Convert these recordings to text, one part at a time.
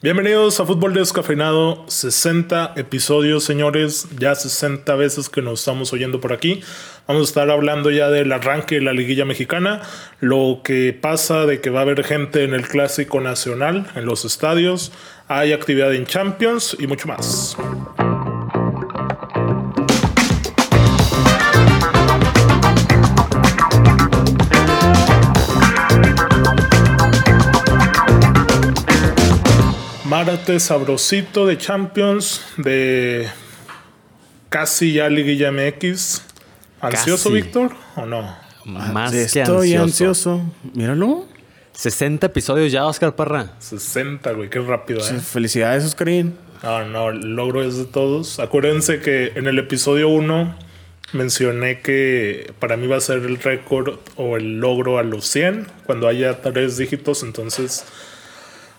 Bienvenidos a Fútbol Descafeinado, 60 episodios señores, ya 60 veces que nos estamos oyendo por aquí. Vamos a estar hablando ya del arranque de la liguilla mexicana, lo que pasa de que va a haber gente en el Clásico Nacional, en los estadios, hay actividad en Champions y mucho más. Martes sabrosito de Champions, de casi ya Liguilla MX. ¿Ansioso, Casi. Víctor? ¿O no? Más Sí, que Estoy ansioso. ansioso. Míralo. 60 episodios ya, Oscar Parra. 60, güey, qué rápido, Sí, ¿eh? Felicidades, Oscarín. No, no, el logro es de todos. Acuérdense que en el episodio 1 mencioné que para mí va a ser el récord o el logro a los 100 cuando haya tres dígitos. Entonces,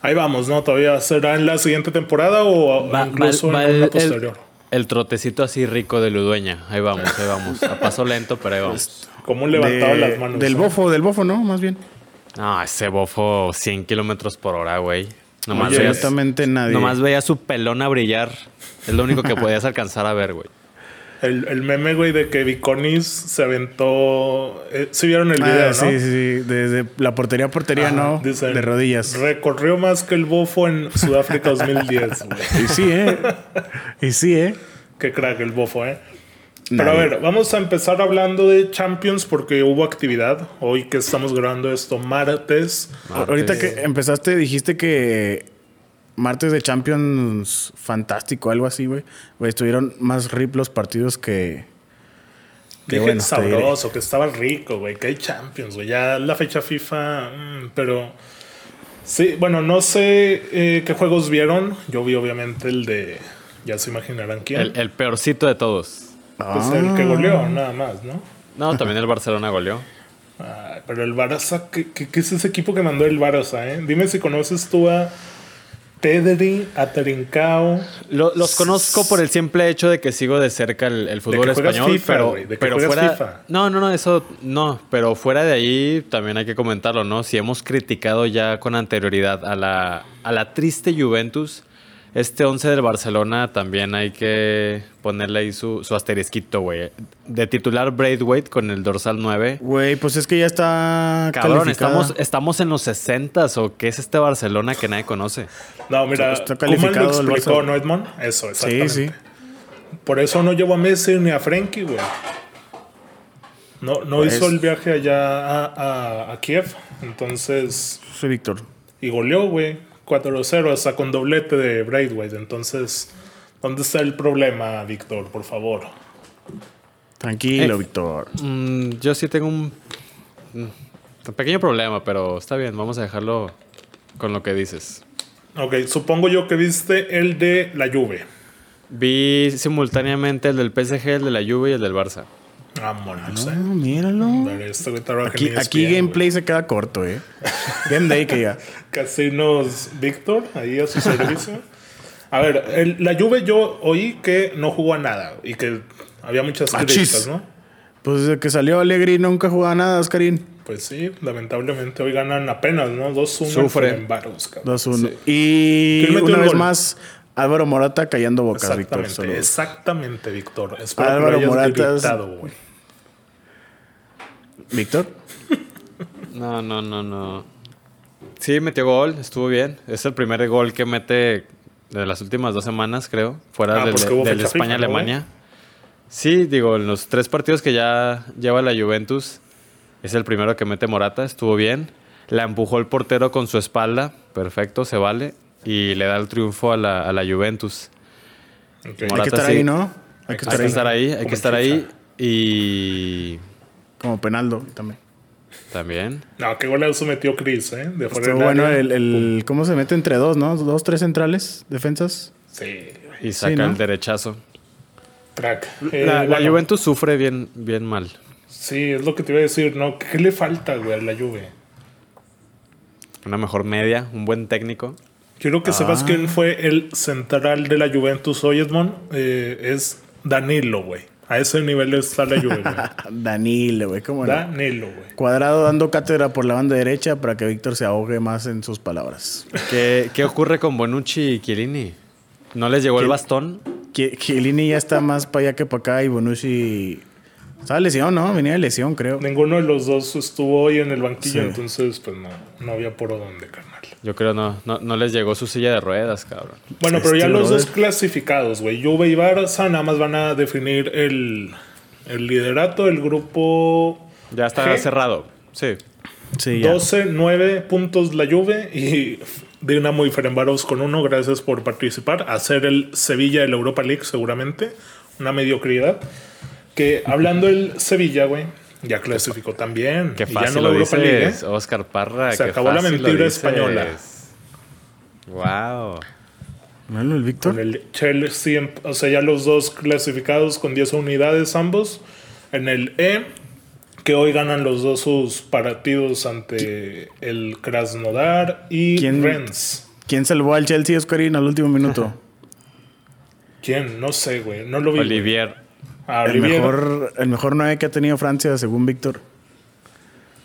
ahí vamos, ¿no? ¿Todavía será en la siguiente temporada o Va- incluso va- va en el- una el- posterior? El trotecito así rico de Ludueña. Ahí vamos, ahí vamos. A paso lento, pero ahí vamos. Como levantado De- las manos. ¿eh? Del ¿no? bofo, del bofo, ¿no? Más bien. No, ese bofo 100 kilómetros por hora, güey. Nomás, Oye, veías, Absolutamente nadie. nomás veía su pelón a brillar. Es lo único que podías alcanzar a ver, güey. El, el meme, güey, de que Viconis se aventó. Eh, ¿Sí vieron el Ah, video, sí, no? sí, sí. Desde la portería a portería, ¿no? Dicen, de rodillas. Recorrió más que el bofo en Sudáfrica 2010, güey. Y sí, ¿eh? y sí, ¿eh? Qué crack el bofo, ¿eh? Pero Nadie. a ver, vamos a empezar hablando de Champions porque hubo actividad. Hoy que estamos grabando esto martes. A- Ahorita que empezaste, dijiste que martes de Champions fantástico, algo así, güey. Güey, estuvieron más rip los partidos que. que Dije bueno, te diré. sabroso, que estaba rico, güey. Que hay Champions, güey. Ya la fecha FIFA, mm, pero... Sí, bueno, no sé eh, qué juegos vieron. Yo vi obviamente el de... Ya se imaginarán quién. El, el peorcito de todos. Pues el que goleó, nada más, ¿no? No, también el Barcelona goleó. Ay, pero el Barça, ¿qué, qué, qué es ese equipo que mandó el Barça, eh? Dime si conoces tú a Pedri, a Trincao, Lo- los conozco por el simple hecho de que sigo de cerca el, el fútbol que juegas español, FIFA, pero, güey, de que pero juegas fuera. FIFA. No, no, no, eso no. Pero fuera de ahí también hay que comentarlo, ¿no? Si hemos criticado ya con anterioridad a la, a la triste Juventus, este 11 del Barcelona también hay que ponerle ahí su, su asterisquito, güey. De titular Braithwaite con el dorsal 9. Güey, pues es que ya está. Cabrón, calificada. estamos, estamos en los 60 o qué es este Barcelona que nadie conoce. No, mira, Está Koeman lo calificado el explicó, Barça. ¿no, Edmond? Eso, Sí, exactamente. sí. Por eso no llevó a Messi ni a Frenkie, güey. No, no Pues- hizo el viaje allá a, a- a Kiev. Entonces, Soy Víctor. y goleó, güey. 4-0, hasta con doblete de Braithwaite. Entonces, ¿dónde está el problema, Víctor? Por favor. Tranquilo, Eh. Víctor. Mm, yo sí tengo un, mm, un pequeño problema, pero está bien, vamos a dejarlo con lo que dices. Ok, supongo yo que viste el de la Juve. Vi simultáneamente el del PSG, el de la Juve y el del Barça. Vámonos, Ah, eh. míralo. Pero este güey trabaja en Aquí, ESPN, aquí güey. gameplay se queda corto, eh. Game day que ya. Casinos Víctor, ahí a su servicio. A ver, el- la Juve yo oí que no jugó a nada y que había muchas Achis. críticas, ¿no? Pues desde que salió Alegri nunca jugaba nada, Oscarín. Pues sí, lamentablemente hoy ganan apenas, ¿no? 2-1 Sufre. en Baros, cabrón. 2-1. ¿Quién Y metió una el vez gol? más, Álvaro Morata callando bocas, Víctor. Exactamente, Solo- exactamente, Víctor. Espero Álvaro que lo hayas Morata es- gritado, güey. Víctor. No, no, no, no. Sí, metió gol, estuvo bien. Es el primer gol que mete de las últimas dos semanas, creo, fuera Ah, del, pues que hubo del fecha FIFA, ¿no, España-Alemania. Sí, digo, en los tres partidos que ya lleva la Juventus, es el primero que mete Morata, estuvo bien. La empujó el portero con su espalda, perfecto, se vale. Y le da el triunfo a la, a la Juventus. Ok. Morata Hay que estar sí. ahí, ¿no? Hay Hay que que Hay estar que ahí. estar ahí, hay Como que estar el ahí. FIFA. Y Como Penaldo también. también. No, qué golazo metió Chris, ¿eh? De fuera Estuvo del bueno área. el, el- ¿Cómo se mete entre dos, no? Dos, tres centrales, defensas. Sí, güey. Y saca ¿no? el derechazo. crack. Eh, La, la bueno, Juventus sufre bien, bien mal. Sí, es lo que te iba a decir, ¿no? ¿Qué le falta, güey, a la Juve? Una mejor media, un buen técnico. Quiero que sepas Ah. quién fue el central de la Juventus hoy, Edmond. Eh, es Danilo, güey. A ese nivel está la Juve, güey. Danilo, güey, ¿cómo no? Danilo, güey. Cuadrado dando cátedra por la banda derecha para que Víctor se ahogue más en sus palabras. ¿Qué, qué ocurre con Bonucci y Chiellini? ¿No les llegó el ¿Qué- bastón? Ki- Chiellini ya está más para allá que para acá y Bonucci... Estaba lesión, ¿no? Venía de lesión, creo. Ninguno de los dos estuvo hoy en el banquillo, Sí. entonces pues no, no había por dónde, carnal. Yo creo no, no, no les llegó su silla de ruedas, cabrón. Bueno, pero ya Este, los brother. dos clasificados, güey. Juve y Barça nada más van a definir el, el liderato del grupo. Ya está G. cerrado. Sí. Sí, ya. 12, 9 puntos la Juve y Dinamo y Ferencváros con uno. Gracias por participar. Hacer el Sevilla de la Europa League seguramente. Una mediocridad. Que hablando del Sevilla, güey, ya clasificó también. Qué Y fácil ya no lo va a Europa League, dices, ¿eh? Oscar Parra. Se qué acabó la fácil lo mentira dices. española. Wow. Bueno, el Con Víctor. el Chelsea, en- o sea, ya los dos clasificados con 10 unidades ambos. En el E, que hoy ganan los dos sus partidos ante el Krasnodar y ¿Quién? Rennes. ¿Quién salvó al Chelsea, Oscarín, al último minuto? ¿Quién? No sé, güey. No lo vi. Olivier. Ah, el, Olivier. mejor, el mejor 9 que ha tenido Francia, según Víctor.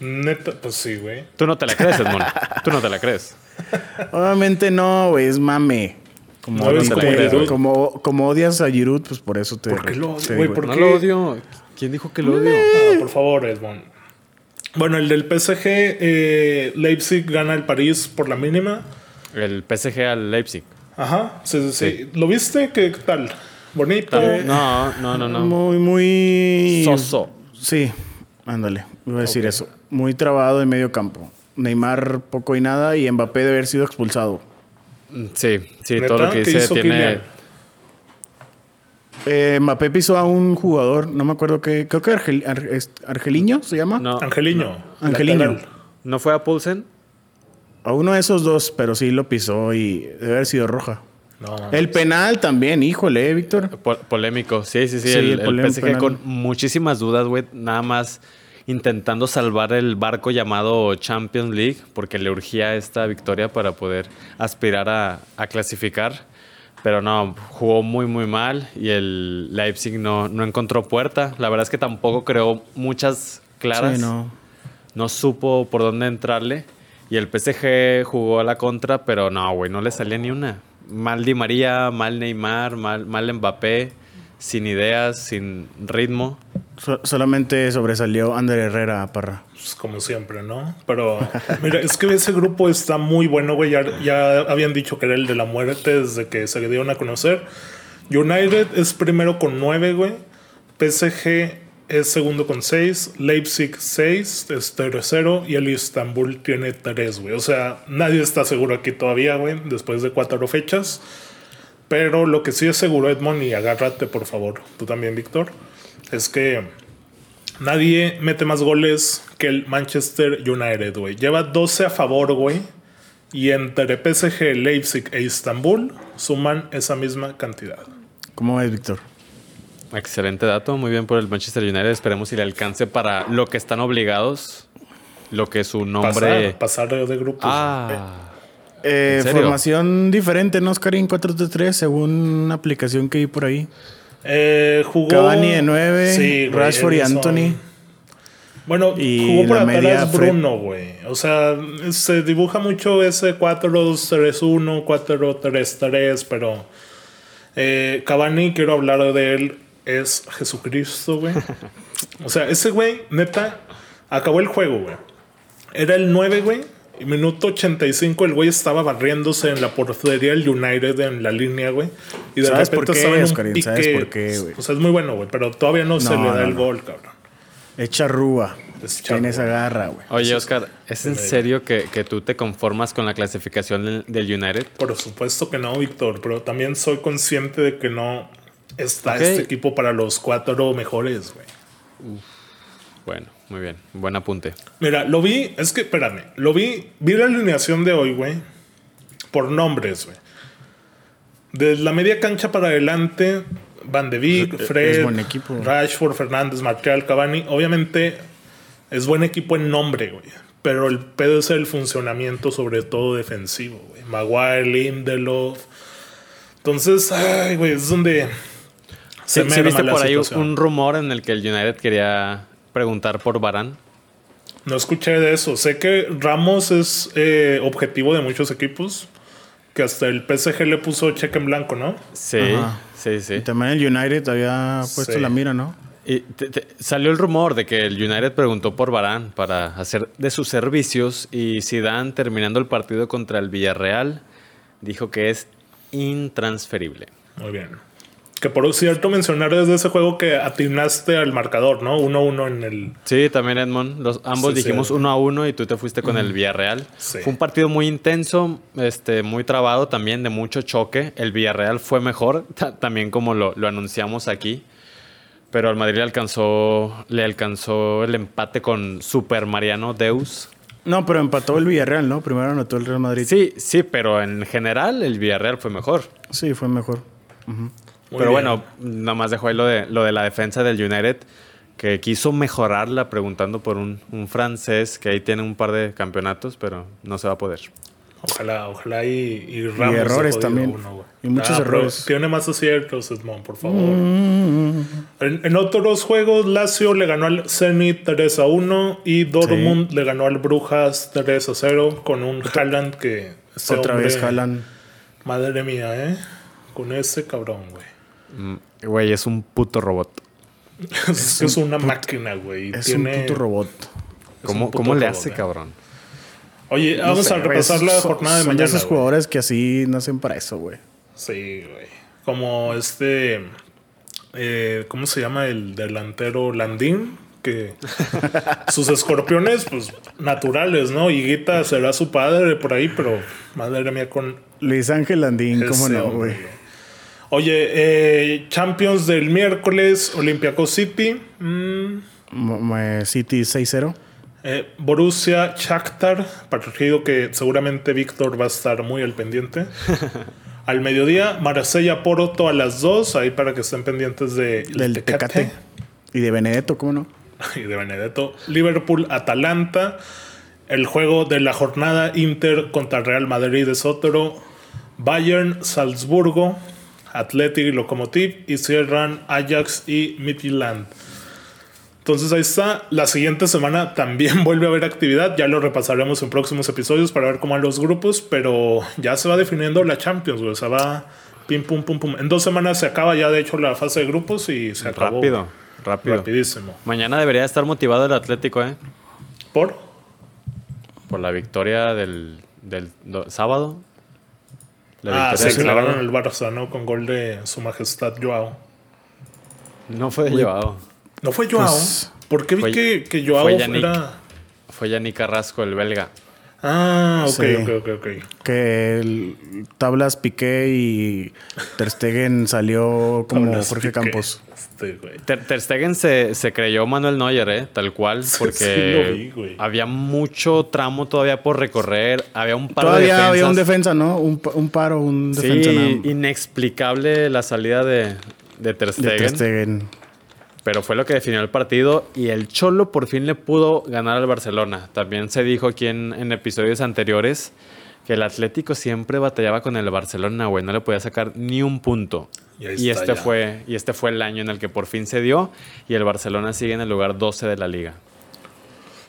Neta, pues sí, güey. Tú no te la crees, Edmond. Tú no te la crees. Obviamente no, güey, es mame. Como, No ves te- como te- Giroud. como, como odias a Giroud, pues por eso te. ¿Por qué lo odio, te güey? digo, ¿Por No qué? lo odio. ¿Quién dijo que lo odio? Ah, por favor, Edmond. Bueno, el del PSG, eh, Leipzig gana el París por la mínima. El PSG al Leipzig. Ajá, sí, sí, sí. ¿Lo viste? ¿Qué tal? Bonito. No, no, no, no. Muy, muy. Soso. Sí, ándale, iba a decir eso. Muy trabado en medio campo. Neymar poco y nada y Mbappé de haber sido expulsado. Sí, sí, ¿Neta? todo lo que ¿Qué dice hizo tiene. Kylian? Eh, Mbappé pisó a un jugador, no me acuerdo qué, creo que Argel- Ar- es- Argeliño se llama. Ah, No, Angeliño. Angeliño. lateral. no fue a Poulsen. A uno de esos dos, pero sí lo pisó y debe haber sido roja. No, El penal también, híjole, eh, Víctor. Po- polémico, sí, sí, sí. Sí, el, el el polémico PSG penal. con muchísimas dudas, güey. Nada más intentando salvar el barco llamado Champions League, porque le urgía esta victoria para poder aspirar a, a clasificar. Pero no, jugó muy, muy mal y el Leipzig no, no encontró puerta. La verdad es que tampoco creó muchas claras. Sí, no. no supo por dónde entrarle. Y el PSG jugó a la contra, pero no, güey, no le salía ni una. Mal Di María, mal Neymar, mal, mal Mbappé, sin ideas, sin ritmo. So- solamente sobresalió Ander Herrera Parra. pues, como siempre, ¿no? Pero mira, es que ese grupo está muy bueno, güey. Ya, ya habían dicho que era el de la muerte desde que se le dieron a conocer. United es primero con 9, güey. PSG es segundo con 6. Leipzig 6, es tercero. Y el Istanbul tiene 3, güey. O sea, nadie está seguro aquí todavía, güey, después de cuatro fechas. Pero lo que sí es seguro, Edmond, y agárrate por favor, tú también, Víctor, es que nadie mete más goles que el Manchester United, güey. Lleva 12 a favor, güey. Y entre PSG, Leipzig e Istanbul suman esa misma cantidad. ¿Cómo ves, Víctor? Excelente dato, muy bien por el Manchester United. Esperemos si le alcance para lo que están obligados, lo que su nombre. Pasar, pasar de grupos. Ah, Eh, ¿En serio? formación diferente, ¿no, Oscarín? 4-3-3, según una aplicación que vi por ahí. Eh, jugó Cavani de nueve, Rashford y Ederson. Anthony. Bueno, Y jugó por la media atrás Fred. Bruno, güey. O sea, se dibuja mucho ese 4-2-3-1, 4-3-3, pero eh, Cavani, quiero hablar de él, es Jesucristo, güey. o sea, ese güey, neta, acabó el juego, güey. Era el 9, güey. Y minuto 85 el güey estaba barriéndose en la portería del United en la línea, güey. Y de ¿Sabes por repente qué, estaba en un Oscarín? pique. ¿Sabes por qué, güey? O sea, es muy bueno, güey, pero todavía no, se No, le da no, el no. gol, cabrón. Es charrúa. Es charrúa. Tiene esa garra, güey. oye, Oscar, ¿es en serio que, que tú te conformas con la clasificación del, del United? Por supuesto que no, Víctor, pero también soy consciente de que no está Ok. este equipo para los cuatro mejores, güey. Bueno, muy bien, buen apunte. Mira, lo vi, es que, espérame, lo vi, vi la alineación de hoy, güey, por nombres, güey. Desde la media cancha para adelante, Van de Beek, es Fred, buen equipo. Rashford, Fernández, Martial, Cavani. Obviamente es buen equipo en nombre, güey. Pero el pedo es el funcionamiento, sobre todo defensivo, güey. Maguire, Lindelof. Entonces, ay, güey, es donde Sí, me sí viste mala por ahí situación. un rumor en el que el United quería preguntar por Barán. No escuché de eso. Sé que Ramos es eh, objetivo de muchos equipos. Que hasta el PSG le puso cheque en blanco, ¿no? Sí, Ajá. sí, sí. Y también el United había puesto Sí. la mira, ¿no? Y te- te- salió el rumor de que el United preguntó por Barán para hacer de sus servicios y Zidane terminando el partido contra el Villarreal dijo que es intransferible. Muy bien. Que por cierto mencionar desde ese juego que atinaste al marcador, ¿no? 1-1 en el... Sí, también Edmond. Los, ambos Sí, sí. dijimos uno a uno y tú te fuiste con el Villarreal. Sí. Fue un partido muy intenso, este, muy trabado también, de mucho choque. El Villarreal fue mejor, ta- también como lo, lo anunciamos aquí. Pero al Madrid le alcanzó, le alcanzó el empate con Super Mariano Deus. No, pero empató el Villarreal, ¿no? Primero anotó el Real Madrid. Sí, Sí, sí, pero en general el Villarreal fue mejor. fue mejor. Muy pero bien. bueno, nada más dejó ahí lo de, lo de la defensa del United, que quiso mejorarla preguntando por un, un francés que ahí tiene un par de campeonatos, pero no se va a poder. Ojalá, ojalá y, y Ramos. Y se errores jodiera Ah, también. Y muchos pero errores. Tiene más aciertos, Edmond, por favor. En, en otros juegos, Lazio le ganó al Zenit 3 a 1 y Dortmund le ganó al Brujas 3 a 0 con un Haaland que. ese Otra hombre- vez jalan. Madre mía, ¿eh? Con ese cabrón, güey. Mm, Güey, es un puto robot. Es, que es una máquina, güey. Es Tiene- un puto robot. es un ¿Cómo, puto cómo le robot, hace, eh. cabrón? Oye, vamos a repasar la jornada de Son mañana. esos güey. jugadores que así nacen para eso, güey. Sí, güey. Como este. eh, ¿Cómo se llama el delantero Landín? Que sus escorpiones, pues naturales, ¿no? Higuita será su padre por ahí, pero madre mía, con Luis Ángel Landín, cómo ese no, hombre, güey. Oye, eh, Champions del miércoles, Olympiacos City, mm, M- me- City 6-0. eh, Borussia Shakhtar, partido que seguramente Víctor va a estar muy al pendiente. Al mediodía, Marsella Porto a las 2, ahí para que estén pendientes de Del Tecate. Y de Benedetto, cómo no. y de Benedetto. Liverpool, Atalanta. El juego de la jornada Inter contra Real Madrid es otro. Bayern, Salzburgo, Athletic y Lokomotiv. Y cierran Ajax y Midtjylland. Entonces ahí está. La siguiente semana también vuelve a haber actividad. Ya lo repasaremos en próximos episodios para ver cómo van los grupos. Pero ya se va definiendo la Champions, güey. O sea, va pim, pum, pum, pum. En dos semanas se acaba ya, de hecho, la fase de grupos y se acabó. Rápido, güey. rápido. Rapidísimo. Mañana debería estar motivado el Atlético, ¿eh? Por. Por la victoria del, del do- sábado. La Ah, victoria se del sábado. clavaron el Barça, ¿no? Con gol de su majestad Joao. No fue de Joao. No fue Joao. Pues, ¿Por qué vi fue- que, que Joao fue Yannick. fuera- Fue Yannick Carrasco, el belga. Ah, ok, Sí. ok, ok, ok. Que el- Tablas Piqué y Ter Stegen salió como Hablas Jorge de que- Campos. Este, güey. Ter, Ter Stegen se, se creyó Manuel Neuer, ¿eh? tal cual, Sí, porque sí lo vi, güey. había mucho tramo todavía por recorrer, había un par de Todavía defensas. había un defensa, ¿no? Un, pa- un paro, un defensa. Sí, nada- inexplicable la salida de, de Ter de Ter Stegen, Stegen. pero fue lo que definió el partido y el Cholo por fin le pudo ganar al Barcelona. También se dijo aquí en, en episodios anteriores que el Atlético siempre batallaba con el Barcelona, güey, no le podía sacar ni un punto. Y ahí Y está este, ya. fue, y este fue el año en el que por fin se dio y el Barcelona sigue en el lugar 12 de la liga.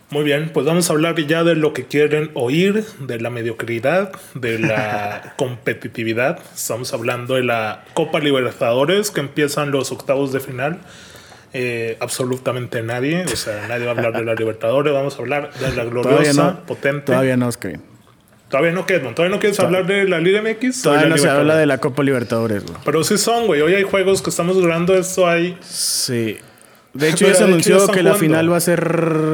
Muy bien, pues vamos a hablar ya de lo que quieren oír, de la mediocridad, de la competitividad. Estamos hablando de la Copa Libertadores que empiezan los octavos de final. Eh, absolutamente nadie, o sea, nadie va a hablar de la Libertadores. Vamos a hablar de la gloriosa, Todavía no. potente. Todavía no, Oscar. Todavía no, Kedmon. Todavía no quieres hablar de la Liga MX. Todavía ¿O no se Libertadores? habla de la Copa Libertadores, güey. Pero sí son, güey. Hoy hay juegos que estamos durando esto ahí. Sí. De hecho, Pero ya se de hecho ya anunció están que la jugando. final va a ser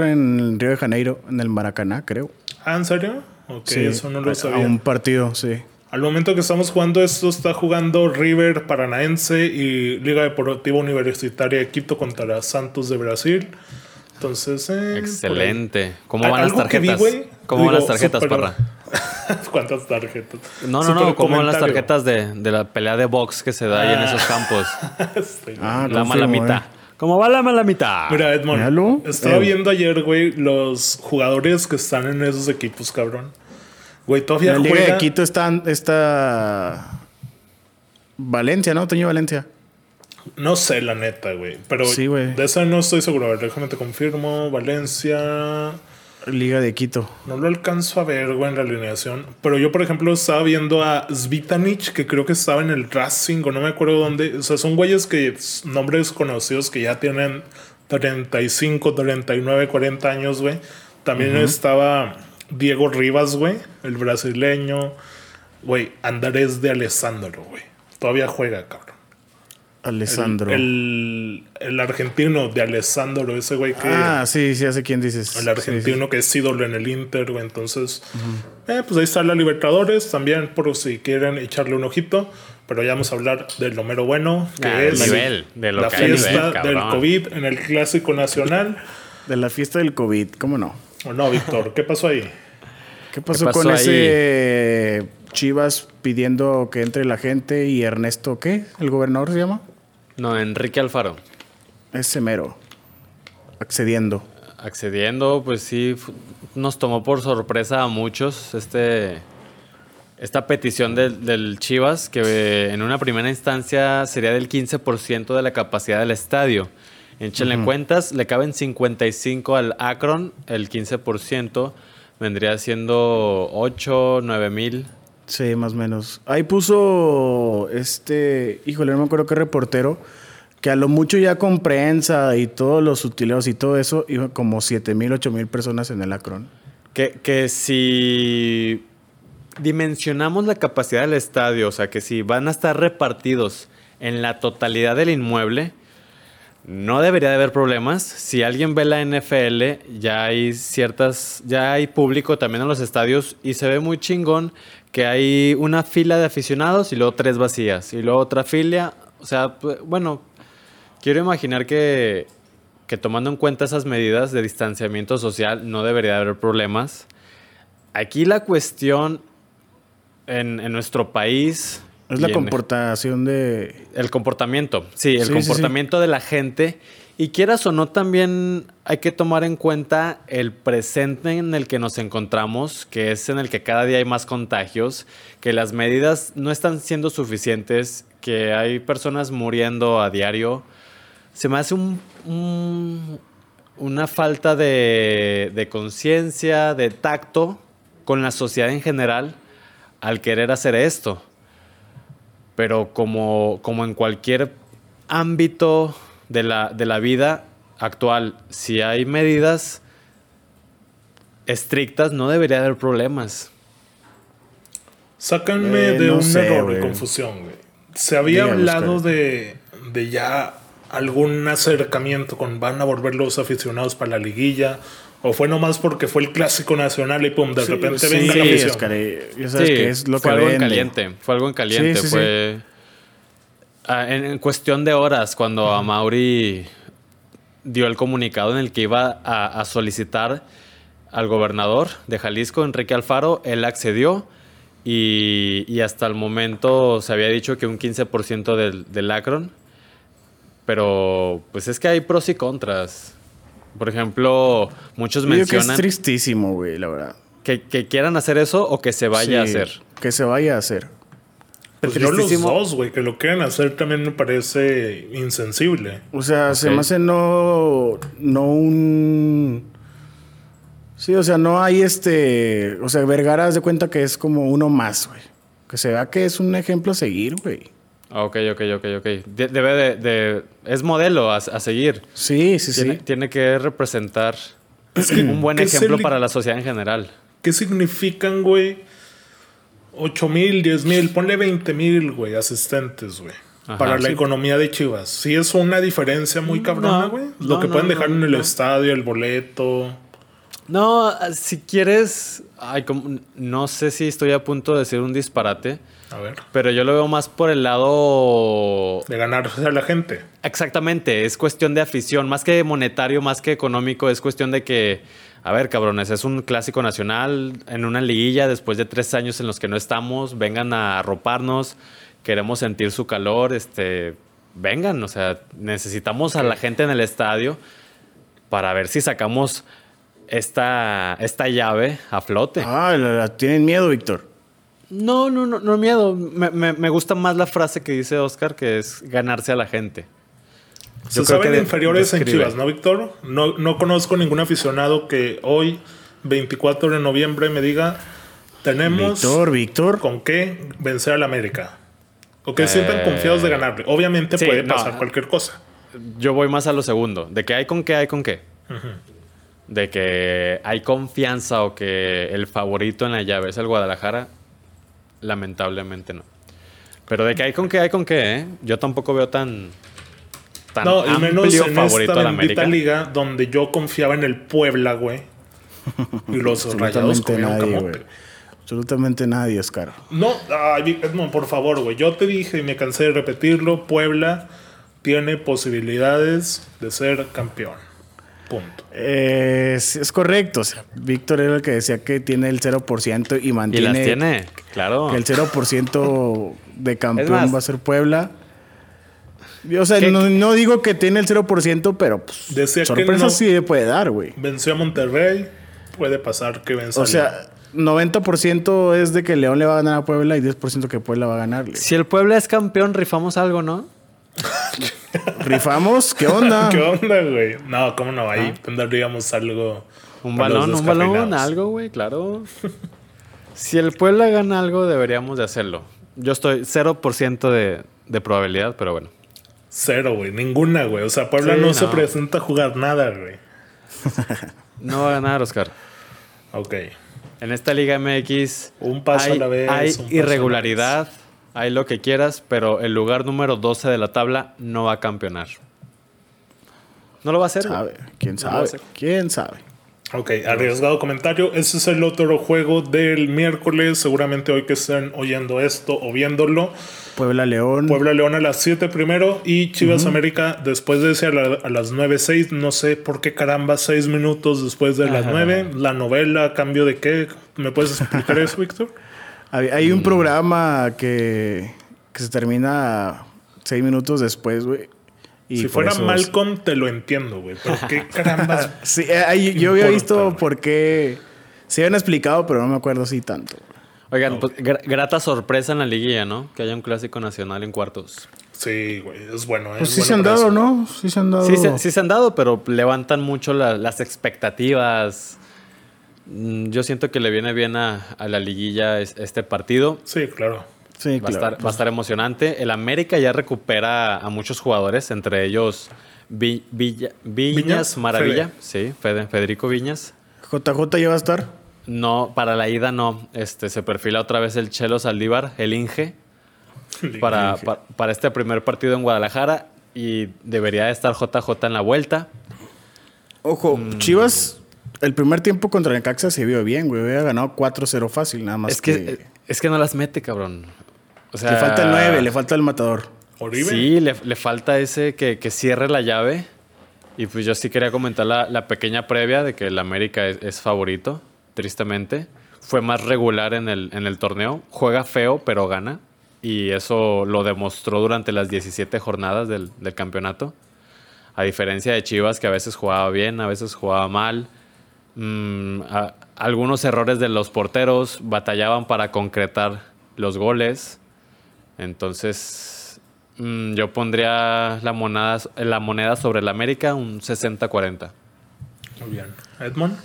en Río de Janeiro, en el Maracaná, creo. Ah, ¿en serio? Ok, eso no a- lo A sabía. un partido, sí. Al momento que estamos jugando esto, está jugando River Paranaense y Liga Deportiva Universitaria de Quito contra Santos de Brasil. Entonces, eh, por ahí. Excelente. ¿Cómo Al- van las algo que vi, tarjetas? güey, ¿Cómo van digo, las tarjetas, súper- parra? ¿Cuántas tarjetas? No, no, Súper no. ¿Cómo van las comentario. tarjetas de, de la pelea de box que se da ahí en Ah. esos campos? Este, Ah, La confirmo, malamita. ¿Cómo va la malamita? Mira, Edmond, Ah, Míralo. estaba Eh. viendo ayer, güey, los jugadores que están en esos equipos, cabrón. Güey, eh. En todavía la Liga juega de Quito está, está Valencia, ¿no? Toño Valencia. No sé, la neta, güey. Pero Sí, güey. de esa no estoy seguro. A ver, déjame te confirmo. Valencia. Liga de Quito. No lo alcanzo a ver, güey, en la alineación. Pero yo, por ejemplo, estaba viendo a Zvitanich, que creo que estaba en el Racing, o no me acuerdo dónde. O sea, son güeyes que nombres conocidos que ya tienen 35, 39, 40 años, güey. También estaba Diego Rivas, güey, el brasileño. Güey, Andarés de Alessandro, güey. Todavía juega, cabrón. Alessandro. El, el argentino de Alessandro, ese güey que. Ah, sí, sí, hace quién dices. El argentino que es ídolo en el Inter, güey. Entonces, eh, pues ahí está la Libertadores. También por si quieren echarle un ojito. Pero ya vamos a hablar del lo mero bueno, que Ah, es nivel, de lo la que hay fiesta nivel, del cabrón. COVID en el Clásico Nacional. De la fiesta del COVID, ¿cómo no? ¿O no, Víctor? ¿Qué pasó ahí? ¿Qué pasó, pasó con ahí? ese Chivas pidiendo que entre la gente y Ernesto, ¿qué? ¿El gobernador se llama? No, Enrique Alfaro. Ese mero. Accediendo. accediendo, pues sí, fu- nos tomó por sorpresa a muchos este, esta petición del, del Chivas, que eh, en una primera instancia sería del 15% de la capacidad del estadio. Échenle cuentas, le caben 55 al Akron, el 15% vendría siendo 8, 9 mil. Sí, más o menos. Ahí puso este, híjole, no me acuerdo qué reportero, que a lo mucho ya con prensa y todos los sutileos y todo eso, iba como 7 mil, 8 mil personas en el Acron. Que, que si dimensionamos la capacidad del estadio, o sea, que si van a estar repartidos en la totalidad del inmueble, no debería de haber problemas. Si alguien ve la NFL, ya hay ciertas, ya hay público también en los estadios y se ve muy chingón que hay una fila de aficionados y luego tres vacías y luego otra fila, o sea, pu- bueno, quiero imaginar que, que tomando en cuenta esas medidas de distanciamiento social no debería haber problemas. Aquí la cuestión en, en nuestro país Es la y en- comportación de... el comportamiento, sí, el Sí, sí, comportamiento de la gente. Y quieras o no, también hay que tomar en cuenta el presente en el que nos encontramos, que es en el que cada día hay más contagios, que las medidas no están siendo suficientes, que hay personas muriendo a diario. Se me hace un, un- una falta de, de conciencia, de tacto con la sociedad en general al querer hacer esto pero como, como en cualquier ámbito de la, de la vida actual, si hay medidas estrictas, no debería haber problemas. Sácanme Eh, de no un sé, error güey. y confusión, güey. Se había Díganos, hablado Karen. de, de ya algún acercamiento con van a volver los aficionados para la liguilla. O fue nomás porque fue el clásico nacional y pum, de repente sí, venga la sí, afición. Oscar, eh, ya sabes Sí, que es lo fue que algo en vende. caliente, fue algo en caliente, Sí, sí, fue Ah, en, en cuestión de horas cuando Amauri dio el comunicado en el que iba a, a solicitar al gobernador de Jalisco, Enrique Alfaro, él accedió y, y hasta el momento se había dicho que un 15% del, del Akron, pero pues es que hay pros y contras. Por ejemplo, muchos Yo digo que es mencionan que, tristísimo, güey, la verdad. que quieran hacer eso o que se vaya Sí, a hacer. Que se vaya a hacer. Pues yo los Tristísimo. dos, güey, que lo quieran hacer también me parece insensible. O sea, se Ok. me hace no, no un... Sí, o sea, no hay este... O sea, Vergara haz de cuenta que es como uno más, güey. Que se vea que es un ejemplo a seguir, güey. Ah, Ok, ok, ok, ok. De- debe de, de- Es modelo a, a seguir. Sí, sí, Tiene, sí. tiene que representar un buen que es ejemplo el- para la sociedad en general. ¿Qué significan, güey? 8 mil, 10 mil, ponle 20 mil, güey, asistentes, güey. Ajá, Para la sí. Mm, economía de Chivas. Sí es una diferencia muy cabrona, No, güey. Lo no, que no, pueden dejar no, en el no. estadio, el boleto. No, ah, si quieres. ay, como- no sé si estoy a punto de decir un disparate, A ver. pero yo lo veo más por el lado. De ganarse a la gente. Exactamente, es cuestión de afición, más que monetario, más que económico, es cuestión de que, a ver, cabrones, es un clásico nacional en una liguilla después de tres años en los que no estamos, vengan a arroparnos, queremos sentir su calor, este, vengan, o sea, necesitamos a la gente en el estadio para ver si sacamos esta, esta llave a flote. Ah, la- la- tienen miedo, Víctor. No, no, no, no miedo. Me, me- me gusta más la frase que dice Oscar, que es ganarse a la gente. Se Yo creo saben que de- inferiores en describe. Chivas, ¿no, Víctor? No, no conozco ningún aficionado que hoy, 24 de noviembre, me diga, tenemos Víctor, Víctor. con qué vencer al América. O que sientan confiados de ganarle. Obviamente Eh, sí, puede no. pasar cualquier cosa. Yo voy más a lo segundo, de que hay con qué, hay con qué. De que hay confianza o que el favorito en la llave es el Guadalajara, lamentablemente no. Pero de que hay con qué, hay con qué, ¿eh? Yo tampoco veo tan, tan No, y amplio menos en favorito esta a la bendita América. liga donde yo confiaba en el Puebla, güey. Y los rayados Absolutamente comieron nadie, camote. güey. Absolutamente nadie, Oscar. No, ay, Vic- Edmond, por favor, güey. Yo te dije y me cansé de repetirlo. Puebla tiene posibilidades de ser campeón. Punto. Eh, es, es correcto. o sea, Víctor era el que decía que tiene el 0% y Y mantiene las tiene, claro. que el 0% de campeón Ah. más- va a ser Puebla. Y, O sea, ¿Qué- no, no digo que tiene el 0%, pero pues, Decía que sorpresa no- sí puede dar, güey. Venció a Monterrey. Puede pasar que venza. O sea, 90% es de que León le va a ganar a Puebla y 10% que Puebla va a ganarle. Si el Puebla es campeón, rifamos algo, ¿no? ¿Rifamos? ¿Qué onda? ¿Qué onda, güey? No, cómo no. Ahí tendríamos algo. Un para los balón, un balón, descafeinados. algo, güey, claro. si el Puebla gana algo, deberíamos de hacerlo. Yo estoy 0% de, de probabilidad, pero bueno. Cero, güey. Ninguna, güey. O sea, Puebla Sí, no, se no. presenta a jugar nada, güey. No va a ganar, Oscar. Ok. En esta Liga MX Un paso hay, a la vez, hay un paso a la vez. irregularidad, hay lo que quieras, pero el lugar número 12 de la tabla no va a campeonar. No lo va a hacer. güey. ¿Sabe? ¿Quién No lo va a sabe? hacer. ¿Quién sabe? Ok, arriesgado comentario. Ese es el otro juego del miércoles. Seguramente hoy que estén oyendo esto o viéndolo. Puebla León. Puebla León a las 7 primero y Chivas América después de ese a, la- a las 9.06. No sé por qué caramba, 6 minutos después de las 9. La novela, ¿a cambio de qué? ¿Me puedes explicar eso, Víctor? Hay, hay Mm. un programa que, que se termina seis minutos después, güey. Y Si por fuera eso- Malcolm, te lo entiendo, güey. Pero qué caramba. Sí, eh, ahí- yo había Importa, visto güey. por qué. Se habían explicado, pero no me acuerdo así tanto. Oigan, pues, gra- grata sorpresa en la liguilla, ¿no? Que haya un clásico nacional en cuartos. Sí, güey, es bueno. ¿eh? Pues es sí bueno se han para dado, eso. ¿no? Sí se han dado. Sí se, sí se han dado, pero levantan mucho la- las expectativas. Mm, Yo siento que le viene bien a, a la liguilla es- este partido. Sí, claro. Sí, Va a, claro. estar, va a estar emocionante. El América ya recupera a muchos jugadores, entre ellos Vi- Villa- Viñas, Viñas, Maravilla, sí, Fede- Federico Viñas. JJ ya va a estar. No, para la ida no. Este, se perfila otra vez el Chelo Saldívar, el Inge, para, pa- para este primer partido en Guadalajara. Y debería estar JJ en la vuelta. Ojo, Mm. Chivas, el primer tiempo contra Necaxa se vio bien, güey. Había ganado 4-0 fácil, nada más. Es que, es que no las mete, cabrón. O sea, le falta el 9, le falta el matador. Oribe. Sí, le, le falta ese que, que cierre la llave. Y pues yo sí quería comentar la, la pequeña previa de que el América es, es favorito, tristemente. Fue más regular en el, en el torneo. Juega feo, pero gana. Y eso lo demostró durante las 17 jornadas del, del campeonato. A diferencia de Chivas, que a veces jugaba bien, a veces jugaba mal. Mm, a- algunos errores de los porteros batallaban para concretar los goles. Entonces, mm, yo pondría la moneda, la moneda sobre el América un 60-40. Muy bien. Edmond.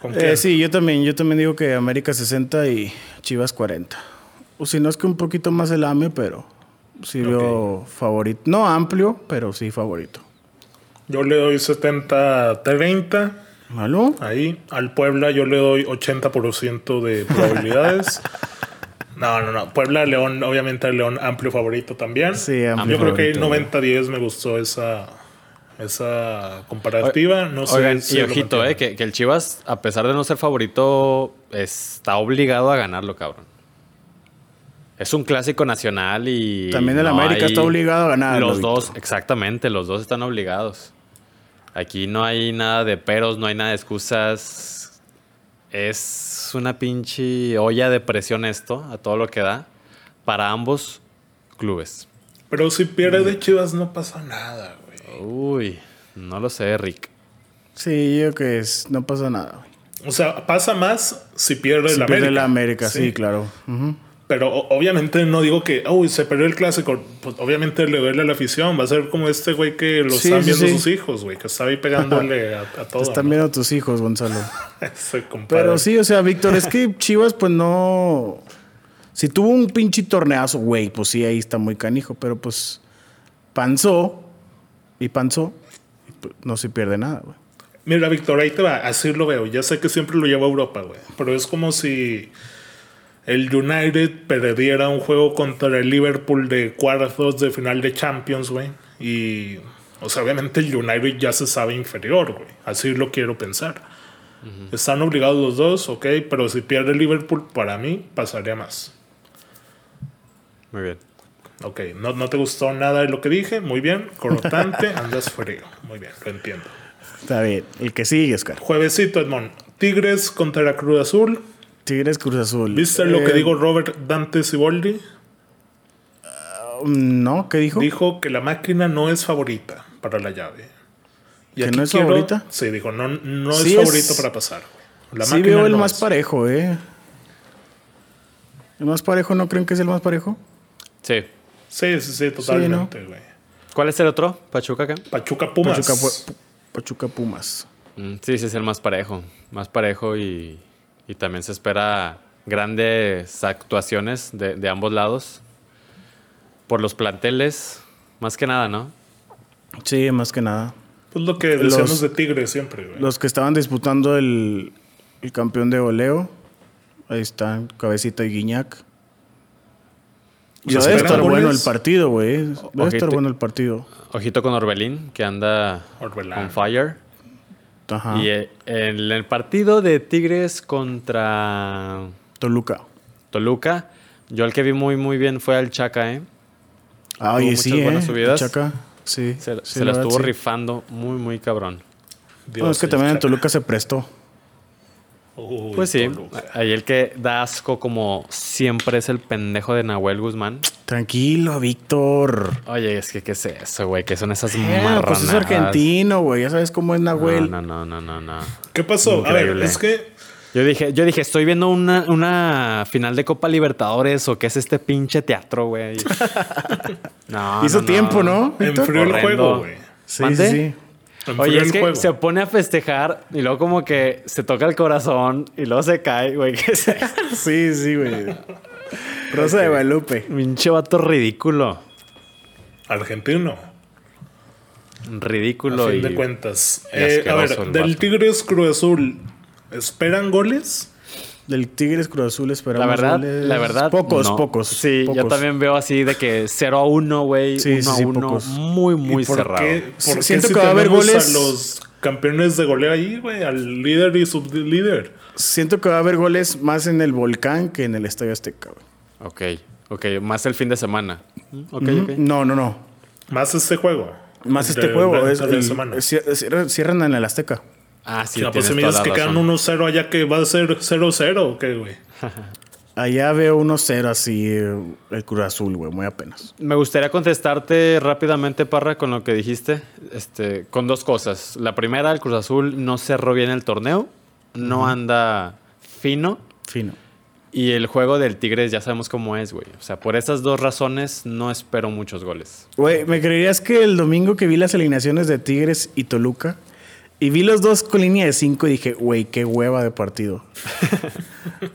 ¿Con Eh, quién? sí, yo también, yo también digo que América 60 y Chivas 40. O si no es que un poquito más el AME, pero sí veo favorito. No amplio, pero sí favorito. Yo le doy 70-30. ¿Malo? Ahí. Al Puebla yo le doy 80% de probabilidades. no, no, no. Puebla, León, obviamente el León amplio favorito también. Sí, amplio Yo creo favorito. que 90-10 me gustó esa, esa comparativa. No sé Oigan, si y lo ojito, eh, mantienen. que, que el Chivas, a pesar de no ser favorito, está obligado a ganarlo, cabrón. Es un clásico nacional y. También el no América hay- está obligado a ganarlo, Los Víctor. dos, exactamente, los dos están obligados. Aquí no hay nada de peros, no hay nada de excusas. Es una pinche olla de presión esto, a todo lo que da, para ambos clubes. Pero si pierde de Chivas no pasa nada, güey. Uy, no lo sé, Rick. Sí, yo creo que es, no pasa nada. güey. O sea, pasa más si pierde Si el pierde América. la América, sí, claro. Ujú. Pero o- obviamente no digo que, uy, se perdió el clásico. Pues obviamente le duele a la afición. Va a ser como este güey que lo Sí, están sí, viendo sí. sus hijos, güey, que está ahí pegándole a, a todo. Te están ¿no? viendo tus hijos, Gonzalo. Ese compadre. Pero sí, o sea, Víctor, es que Chivas, pues no. Si tuvo un pinche torneazo, güey, pues sí, ahí está muy canijo, pero pues panzó y panzó, y, pues, no se pierde nada, güey. Mira, Víctor, ahí te va, así lo veo. Ya sé que siempre lo llevo a Europa, güey. Pero es como si el United perdiera un juego contra el Liverpool de cuartos de final de Champions, güey. Y, o sea, obviamente el United ya se sabe inferior, güey. Así lo quiero pensar. Están obligados los dos, ok, pero si pierde el Liverpool, para mí pasaría más. Muy bien. Ok, no, no te gustó nada de lo que dije, muy bien, cortante, andas frío, muy bien, lo entiendo. Está bien. El que sigue, Oscar. Juevesito, Edmond. Tigres contra la Cruz Azul. Tigres Cruz Azul. ¿Viste lo que Eh, dijo Robert Dante Siboldi? No, ¿qué dijo? Dijo que la máquina no es favorita para la llave. ¿Que aquí no es favorita? Sí, dijo, no, no Sí es favorito es- para pasar. güey. La sí veo el no más es. parejo, ¿eh? ¿El más parejo no creen que es el más parejo? Sí. Sí, sí, sí, totalmente, güey. ¿Cuál es el otro? ¿Pachuca acá? Pachuca Pumas. Pachuca, Pu- Pachuca Pumas. Mm, sí, sí, es el más parejo. Más parejo y, y también se espera grandes actuaciones de, de ambos lados. Por los planteles, más que nada, ¿no? Sí, más que nada. Pues lo que decíamos Los- de Tigres siempre, güey. Los que estaban disputando el, el campeón de goleo. Ahí están Cabecita y Guiñac. O sea, debe ¿esperan estar bueno el goles? partido, güey. Debe estar Ojete. bueno el partido. Ojito con Orbelín, que anda Orbelán. on fire. Ajá. Y eh, en el partido de Tigres contra Toluca. Toluca, yo el que vi muy, muy bien fue al Chaca, ¿eh? Ah, oye, muchas sí, buenas eh. subidas. Chaca. Sí. Se, sí, se la la verdad, estuvo sí. rifando muy, muy cabrón. Dios, No, es que sí, también en claro. Toluca se prestó. Uy, Pues sí, Toluca. ahí el que da asco como siempre es el pendejo de Nahuel Guzmán. Tranquilo, Víctor. Oye, es que qué es eso, güey, que son esas Ah, marranadas. pues es argentino, güey. Ya sabes cómo es Nahuel. No, no, no, no, no, no. ¿Qué pasó? A ver, Increíble. es que Yo dije, yo dije, estoy viendo una, una final de Copa Libertadores o qué es este pinche teatro, güey. No, Hizo tiempo, ¿no? Víctor? enfrió el Horrendo. juego, güey. Sí, ¿Mande? sí, sí. Enfrió Oye, es el que juego. se pone a festejar y luego como que se toca el corazón y luego se cae, güey. que se- Sí, sí, güey. Rosa de Guadalupe. Pinche vato ridículo. Argentino. Ridículo. A fin y- de cuentas. y Eh, a asqueroso ver, el del vato. Tigres Cruz Azul, ¿esperan goles? Del Tigres Cruz Azul esperamos. La verdad, goles. la verdad. Pocos, no. pocos. Sí, yo pocos. también veo así de que 0 a 1, güey. Sí, 1 sí, a sí, 1. pocos. Muy, muy ¿Y por cerrado. Qué, Sí, por siento qué si que va a haber tenemos goles- a los campeones de goleo ahí, güey? Al líder y sublíder. Siento que va a haber goles más en el Volcán que en el Estadio Azteca, güey. Ok, ok. Más el fin de semana. Ok, Ujú. ok. No, no, no. Más este juego. Más este De- juego. de- es de el- semana. cier- cier- cierran en el Azteca. Ah, sí, No, pues tienes si me toda dices la que quedan razón. 1-0 allá que va a ser 0-0 o qué, güey. Allá veo 1-0 así eh, el Cruz Azul, güey, muy apenas. Me gustaría contestarte rápidamente, Parra, con lo que dijiste, este, con dos cosas. La primera, el Cruz Azul no cerró bien el torneo, no anda fino, Fino. y el juego del Tigres ya sabemos cómo es, güey. O sea, por esas dos razones no espero muchos goles. Güey, ¿me creerías que el domingo que vi las alineaciones de Tigres y Toluca y vi los dos con línea de 5 y dije, güey, qué hueva de partido?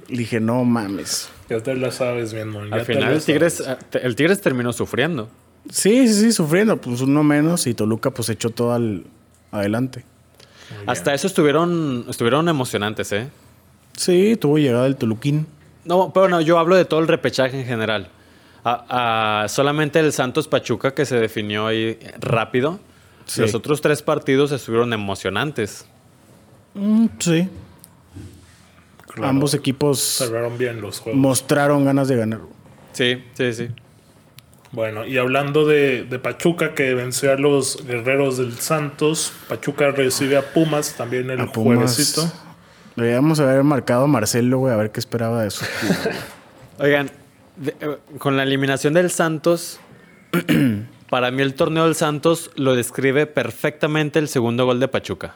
dije, no mames. Ya te la sabes bien, mon, ya Al te final la el Tigres, sabes. eh, te- el Tigres terminó sufriendo. Sí, sí, sí, sufriendo, pues uno menos y Toluca pues echó todo al adelante. Hasta eso estuvieron, estuvieron emocionantes, ¿eh? Sí, tuvo llegada el Toluquín. No, pero no, yo hablo de todo el repechaje en general. A- a- solamente el Santos Pachuca que se definió ahí rápido. Sí. Los otros tres partidos estuvieron emocionantes. Mm, sí, Claro, ambos equipos cerraron bien los juegos. mostraron ganas de ganar. Sí, sí, sí. Bueno, y hablando de, de Pachuca que venció a los guerreros del Santos, Pachuca recibe a Pumas también el A Pumas. juevesito. Deberíamos haber marcado a Marcelo, güey, a ver qué esperaba de eso. Oigan, de- eh, con la eliminación del Santos, para mí el torneo del Santos lo describe perfectamente el segundo gol de Pachuca.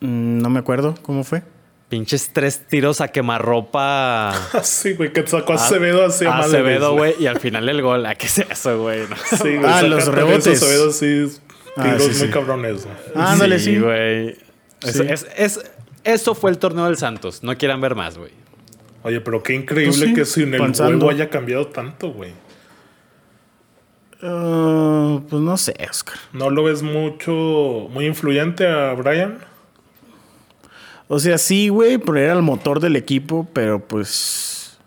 Mm, no me acuerdo cómo fue. Pinches tres tiros a quemarropa. Ah, sí, güey, que sacó Ah, a Ah, Acevedo hacia a madres, Acevedo, güey. Y al final el gol. ¿A qué es eso, güey? No. Sí, güey. Ah, saca los también esos rebotes. Acevedo, sí. Ah, Tiros sí, muy sí. cabrones. güey. Ándale, sí. güey. Eso, Sí. es- es- eso fue el torneo del Santos. No quieran ver más, güey. Oye, pero qué increíble Pues sí, que sin el pensando. huevo haya cambiado tanto, güey. Ah, pues no sé, Oscar. ¿No lo ves mucho, muy influyente a Brian? O sea, sí, güey, pero era el motor del equipo, pero pues.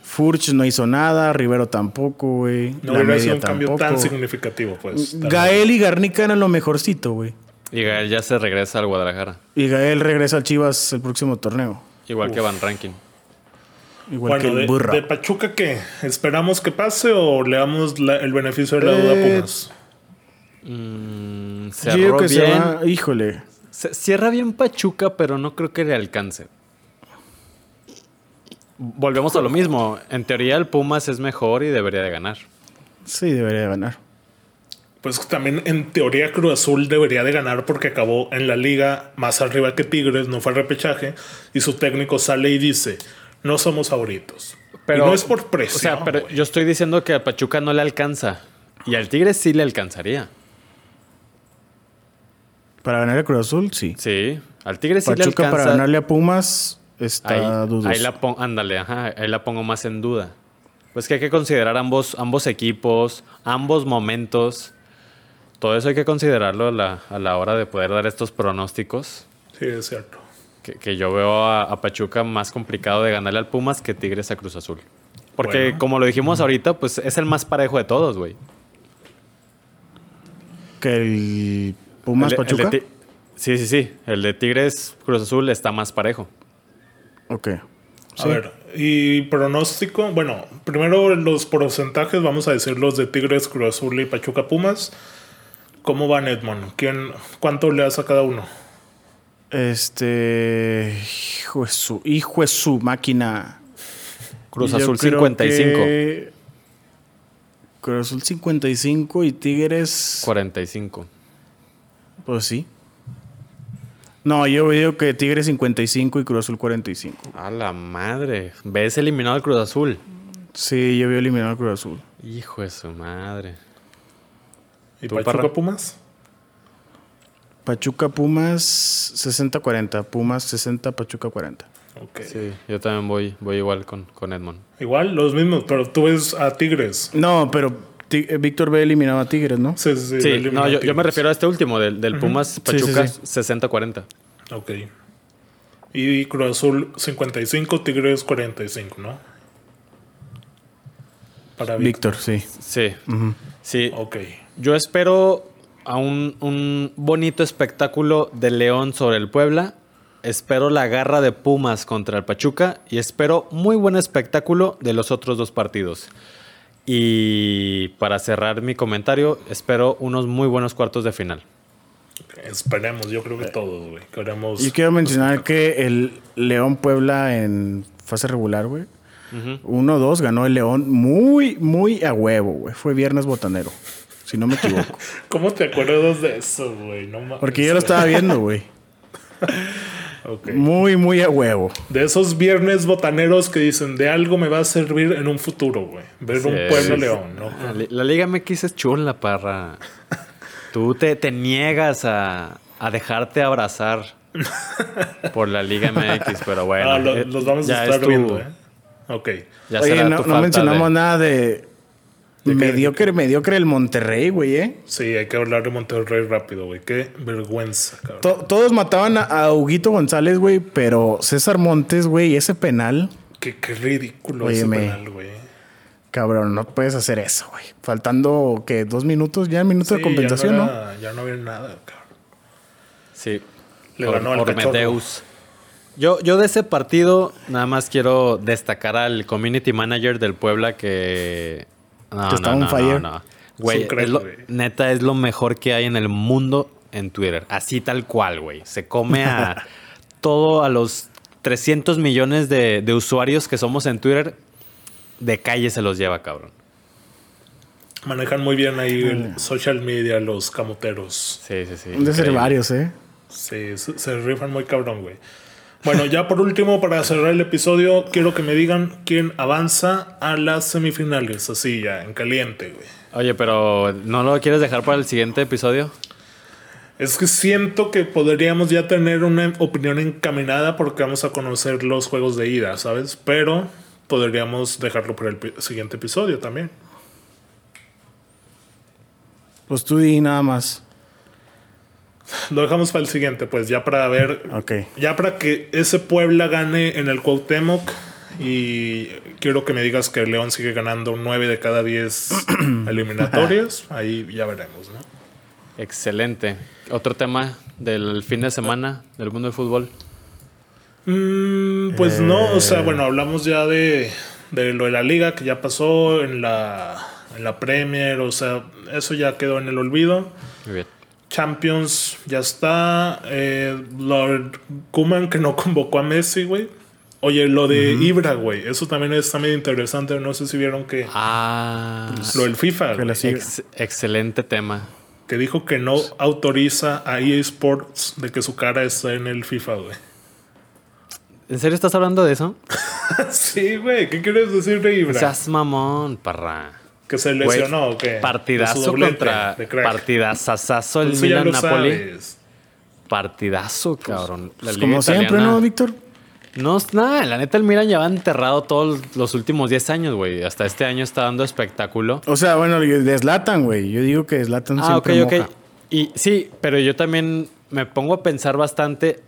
Furch no hizo nada, Rivero tampoco, güey. No la hubiera sido media un cambio tan tampoco. significativo, pues. tal vez. Gael y Garnica eran lo mejorcito, güey. Y Gael ya se regresa al Guadalajara. Y Gael regresa al Chivas el próximo torneo. Igual que Van Rankin. Igual Bueno, que el de, Burra. de Pachuca, ¿qué? ¿Esperamos que pase o le damos la- el beneficio de la duda a Eh, Pumas? Mm, Yo digo cerró que bien. se va- Híjole. Se- cierra bien Pachuca, pero no creo que le alcance. Volvemos a lo mismo. En teoría, el Pumas es mejor y debería de ganar. Sí, debería de ganar. Pues también en teoría Cruz Azul debería de ganar porque acabó en la liga más arriba que Tigres, no fue al repechaje, y su técnico sale y dice, no somos favoritos. Pero no es por presión. O sea, pero güey. yo estoy diciendo que a Pachuca no le alcanza. Y al Tigres sí le alcanzaría. Para ganar el Cruz Azul, sí. Sí. Al Tigres sí le Pachuca alcanza. para ganarle a Pumas está ahí, dudoso. ahí la pongo, ándale, ajá, ahí la pongo más en duda. Pues que hay que considerar ambos, ambos equipos, ambos momentos. Todo eso hay que considerarlo a la, a la hora de poder dar estos pronósticos. Sí, es cierto. Que, que yo veo a, a Pachuca más complicado de ganarle al Pumas que Tigres a Cruz Azul. Porque Bueno. como lo dijimos ahorita, pues es el más parejo de todos, güey. Que el Pumas El de- el de Pachuca. Ti- sí, sí, sí. El de Tigres Cruz Azul está más parejo. ok. A ver, y pronóstico, bueno, primero los porcentajes, vamos a decir los de Tigres, Cruz Azul y Pachuca Pumas. ¿Cómo van Edmond? ¿Quién, ¿Cuánto le das a cada uno? Este. Hijo de su, hijo de su máquina. Cruz Yo Azul creo 55. que Cruz Azul 55 y Tigres. 45. Pues sí. No, yo veo que Tigres 55 y Cruz Azul 45. A la madre. Ves eliminado al Cruz Azul. Sí, yo veo eliminado a Cruz Azul. Hijo de su madre. ¿Y ¿Tú, Pachuca Parra? Pumas? Pachuca Pumas 60-40. Pumas 60, Pachuca 40. Ok. Sí, yo también voy, voy igual con, con Edmond. Igual, los mismos, pero tú ves a Tigres. No, pero Ti- eh, Víctor B eliminado a Tigres, ¿no? Sí, sí, sí, Sí, eliminó no, a yo, yo me Tigres. refiero a este último, del, del Pumas sí, Pachuca sí. 60-40. Ok. Y Cruz Azul 55, Tigres 45, ¿no? Para Víctor. Víctor, sí. Sí. Sí. Oh. Ok. Yo espero a un, un bonito espectáculo de León sobre el Puebla. Espero la garra de Pumas contra el Pachuca y espero muy buen espectáculo de los otros dos partidos. Y para cerrar mi comentario, espero unos muy buenos cuartos de final. Esperemos, yo creo que todos, güey. Queremos. Yo quiero mencionar que el León Puebla en fase regular, güey. 1-2 ganó el León muy, muy a huevo, güey. Fue viernes botanero, si no me equivoco. ¿Cómo te acuerdas de eso, güey? No mames, Porque yo lo güey. estaba viendo, güey. Ok. Muy, muy a huevo. De esos viernes botaneros que dicen de algo me va a servir en un futuro, güey. Ver un Sí. pueblo león, ¿no? La, li- la Liga MX es chula, parra. Tú te, te niegas a, a dejarte abrazar por la Liga MX, pero bueno. Ah, lo- eh, los vamos ya a es estar tu- viendo, ¿eh? Ok. ya Oye, será no, tu no falta mencionamos de- nada de... qué? Mediocre, mediocre el Monterrey, güey, ¿eh? Sí, hay que hablar de Monterrey rápido, güey. Qué vergüenza, cabrón. To- todos mataban a, a Huguito González, güey, pero César Montes, güey, ese penal, Qué, qué ridículo ese Óyeme. penal, güey. cabrón, no puedes hacer eso, güey. Faltando, que ¿Dos minutos? Ya, minuto Sí, de compensación, ya no, ¿no? era- ya no había nada, cabrón. Sí. Le Or- ganó al cachorro. Ormedeus. Yo, yo de ese partido nada más quiero destacar al community manager del Puebla que... No, Que estaba on fire. Güey, Es un crack, es lo- güey. neta es lo mejor que hay en el mundo en Twitter. Así tal cual, güey. Se come a todo a los 300 millones de, de usuarios que somos en Twitter. De calle se los lleva, cabrón. Manejan muy bien ahí el social media, los camoteros. Sí, sí, sí. Han de ser increíble. varios, ¿eh? Sí, se, se rifan muy cabrón, güey. Bueno, ya por último, para cerrar el episodio, quiero que me digan quién avanza a las semifinales. Así ya, en caliente, güey. Oye, pero ¿no lo quieres dejar para el siguiente episodio? Es que siento que podríamos ya tener una opinión encaminada porque vamos a conocer los juegos de ida, ¿sabes? Pero podríamos dejarlo para el pi- siguiente episodio también. Pues tú di nada más. Lo dejamos para el siguiente, pues ya para ver, Ok. ya para que ese Puebla gane en el Cuauhtémoc. Y quiero que me digas que León sigue ganando 9 de cada 10 eliminatorias. Ahí ya veremos, ¿no? Excelente. Otro tema del fin de semana del mundo del fútbol. Mm, pues no, o sea, bueno, hablamos ya de, de lo de la liga que ya pasó en la, en la Premier, o sea, eso ya quedó en el olvido. Muy bien. Champions ya está. Eh, Lord Kuman que no convocó a Messi, güey. Oye, lo de Ibra, güey, eso también está medio interesante. No sé si vieron que Ah, lo del FIFA, Que güey, la siga. ex- excelente tema. que dijo que no autoriza a EA Sports de que su cara esté en el FIFA, güey. ¿En serio estás hablando de eso? sí, güey, ¿qué quieres decir de Ibra? Seas mamón, parra. Que se Güey, lesionó, ¿o qué? Eh, De su Partidazo doblete contra de crack. partidazazazo el Eso ya Milan lo Napoli. sabes. Partidazo, cabrón. La Pues liga como siempre, italiana- ¿no, Víctor? No, es nada, la neta el Milan lleva enterrado todos los últimos 10 años, güey. Hasta este año está dando espectáculo. O sea, bueno, deslatan, güey. Yo digo que deslatan Ah, ok, siempre ok. moja. Y sí, pero yo también me pongo a pensar bastante.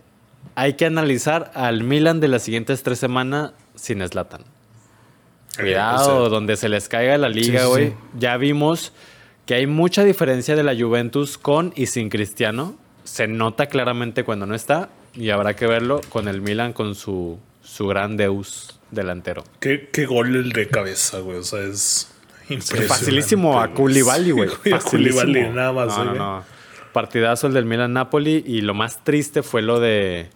Hay que analizar al Milan de las siguientes tres semanas sin Slatan. Cuidado, o sea. donde se les caiga la liga, sí, güey. sí. Ya vimos que hay mucha diferencia de la Juventus con y sin Cristiano. Se nota claramente cuando no está y habrá que verlo con el Milan con su, su gran Deus delantero. ¿Qué, qué gol el de cabeza, güey. O sea, es impresionante. Facilísimo a güey. Koulibandy, güey. Sí, A Facilísimo. Koulibaly, nada más, No, no, güey. no. Partidazo el del Milan Napoli y lo más triste fue lo de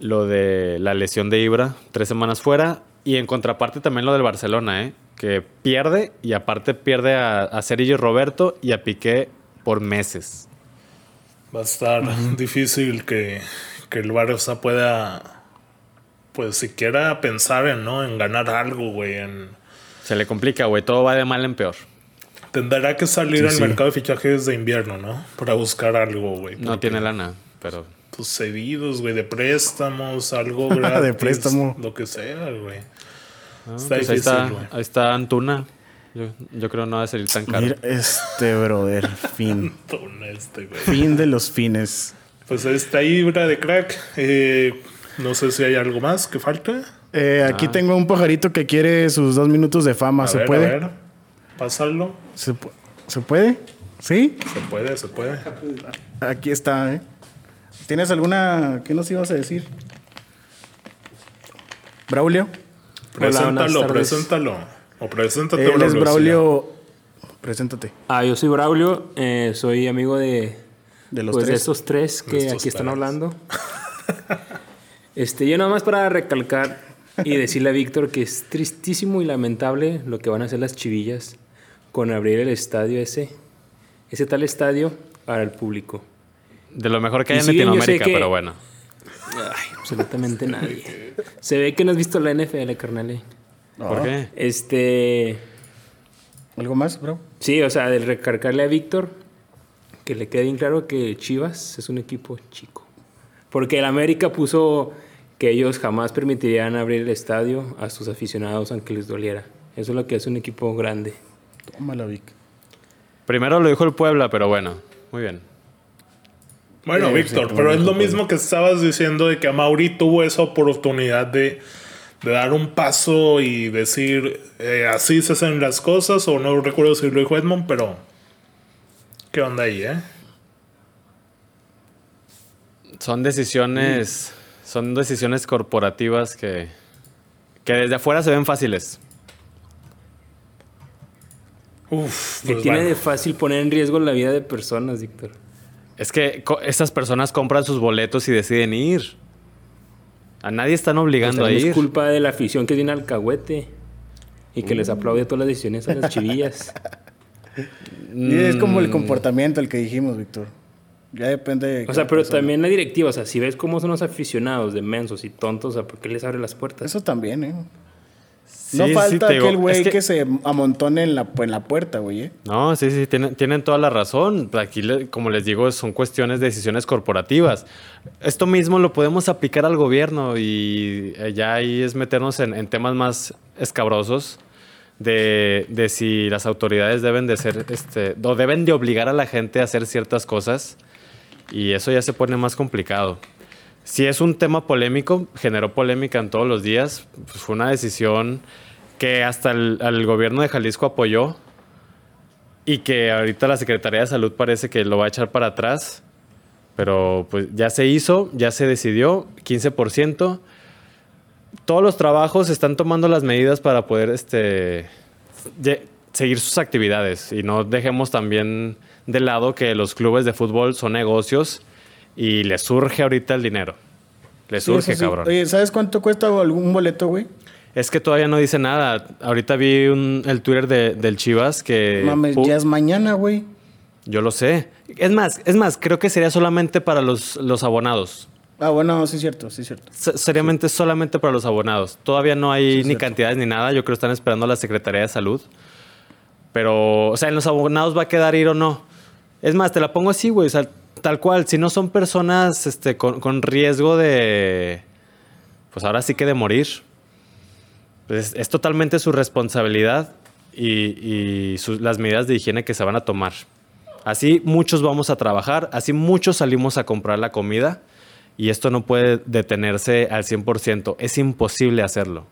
lo de la lesión de Ibra, tres semanas fuera y en contraparte también lo del Barcelona, eh, que pierde y aparte pierde a, a Sergio Roberto y a Piqué por meses. Va a estar difícil que, que el Barça pueda, pues siquiera pensar en, ¿no? En ganar algo, güey. En, Se le complica, güey, todo va de mal en peor. tendrá que salir Sí, al sí. mercado de fichajes de invierno, ¿no? Para buscar algo, güey. No tiene lana, pero Pues cedidos, güey, de préstamos, algo gratis. préstamo. Lo que sea, güey. no, Está pues difícil, ahí, güey. está, ahí está Antuna. Yo, yo creo no va a salir tan caro. Mira, este brother, fin. Con este, güey. Fin de los fines. Pues esta Ibra de crack. eh, no sé si hay algo más que falte. Eh, aquí tengo un pajarito que quiere sus dos minutos de fama. A Ah, ¿Se ver, puede? a ver. Pásalo. ¿Se, pu- se puede? ¿Sí? Se puede, se puede. Aquí está, ¿eh? ¿Tienes alguna... ¿Qué nos ibas a decir? Braulio. Preséntalo, tardes. preséntalo. O preséntate, Él es Braulio, Braulio... Preséntate. Ah, yo soy Braulio, eh, soy amigo de, De los pues, de tres. esos tres que estos aquí están tres. hablando. este, yo nada más para recalcar y decirle a Víctor que es tristísimo y lamentable lo que van a hacer las chivillas con abrir el estadio ese, ese tal estadio para el público. De lo mejor que hay Y en sí, yo sé Latinoamérica, que- pero bueno. Ay, absolutamente nadie. Se ve que no has visto la NFL, carnal. eh. ¿Por qué? Este, ¿Algo más, Brau? Sí, o sea, de recargarle a Víctor, que le quede bien claro que Chivas es un equipo chico. Porque el América puso que ellos jamás permitirían abrir el estadio a sus aficionados aunque les doliera. Eso es lo que es un equipo grande. Tómala, Vic. Primero lo dijo el Puebla, pero bueno, muy bien. Bueno, Eh, Víctor, sí, pero es lo Braulio. mismo que estabas diciendo de que Mauri tuvo esa oportunidad de, de dar un paso y decir eh, así se hacen las cosas, o no recuerdo si lo dijo Edmond, pero ¿qué onda ahí, eh? Son decisiones, Mm. son decisiones corporativas que, que desde afuera se ven fáciles. Uf, que pues tiene bueno. de fácil poner en riesgo la vida de personas, Víctor. Es que co- estas personas compran sus boletos y deciden ir. A nadie están obligando a También ir. es culpa de la afición que tiene alcahuete y que les aplaude todas las decisiones a las chivillas. Mm. Y es como el comportamiento, el que dijimos, Víctor. Ya depende. de O cada sea, pero persona. también la directiva, o sea, si ves cómo son los aficionados de mensos y tontos, o sea, ¿por qué les abre las puertas? Eso también, ¿eh? Sí, no sí, falta te digo, aquel güey es que... se amontone en la, en la puerta, güey, ¿eh? No, sí, sí, tienen, tienen toda la razón. Aquí, le- como les digo, son cuestiones de decisiones corporativas. Esto mismo lo podemos aplicar al gobierno y eh, ya ahí es meternos en, en temas más escabrosos de, de si las autoridades deben de ser, este, o deben de obligar a la gente a hacer ciertas cosas y eso ya se pone más complicado. Si es un tema polémico, generó polémica en todos los días, pues fue una decisión que hasta el al gobierno de Jalisco apoyó, y que ahorita la Secretaría de Salud parece que lo va a echar para atrás. Pero pues ya se hizo, ya se decidió, 15%. Todos los trabajos están tomando las medidas para poder este, ye- seguir sus actividades. Y no dejemos también de lado que los clubes de fútbol son negocios y les surge ahorita el dinero. Les Sí, eso surge, sí. cabrón. Oye, ¿sabes cuánto cuesta algún boleto, güey? Es que todavía no dice nada. Ahorita vi un- el Twitter de- del Chivas que... Mames, Eh, pu- ya es mañana, güey. Yo lo sé. Es más, es más, creo que sería solamente para los, los abonados. Ah, bueno, sí es cierto, sí es cierto. Se- Seriamente, solamente para los abonados. Todavía no hay ni cantidades ni nada. Yo creo que están esperando a la Secretaría de Salud. Pero, o sea, en los abonados va a quedar ir o no. Es más, te la pongo así, güey. O sea, tal cual. Si no son personas este, con, con riesgo de. Pues ahora sí que de morir. Pues es, es totalmente su responsabilidad y, y sus- las medidas de higiene que se van a tomar. Así muchos vamos a trabajar, así muchos salimos a comprar la comida y esto no puede detenerse al 100%. Es imposible hacerlo.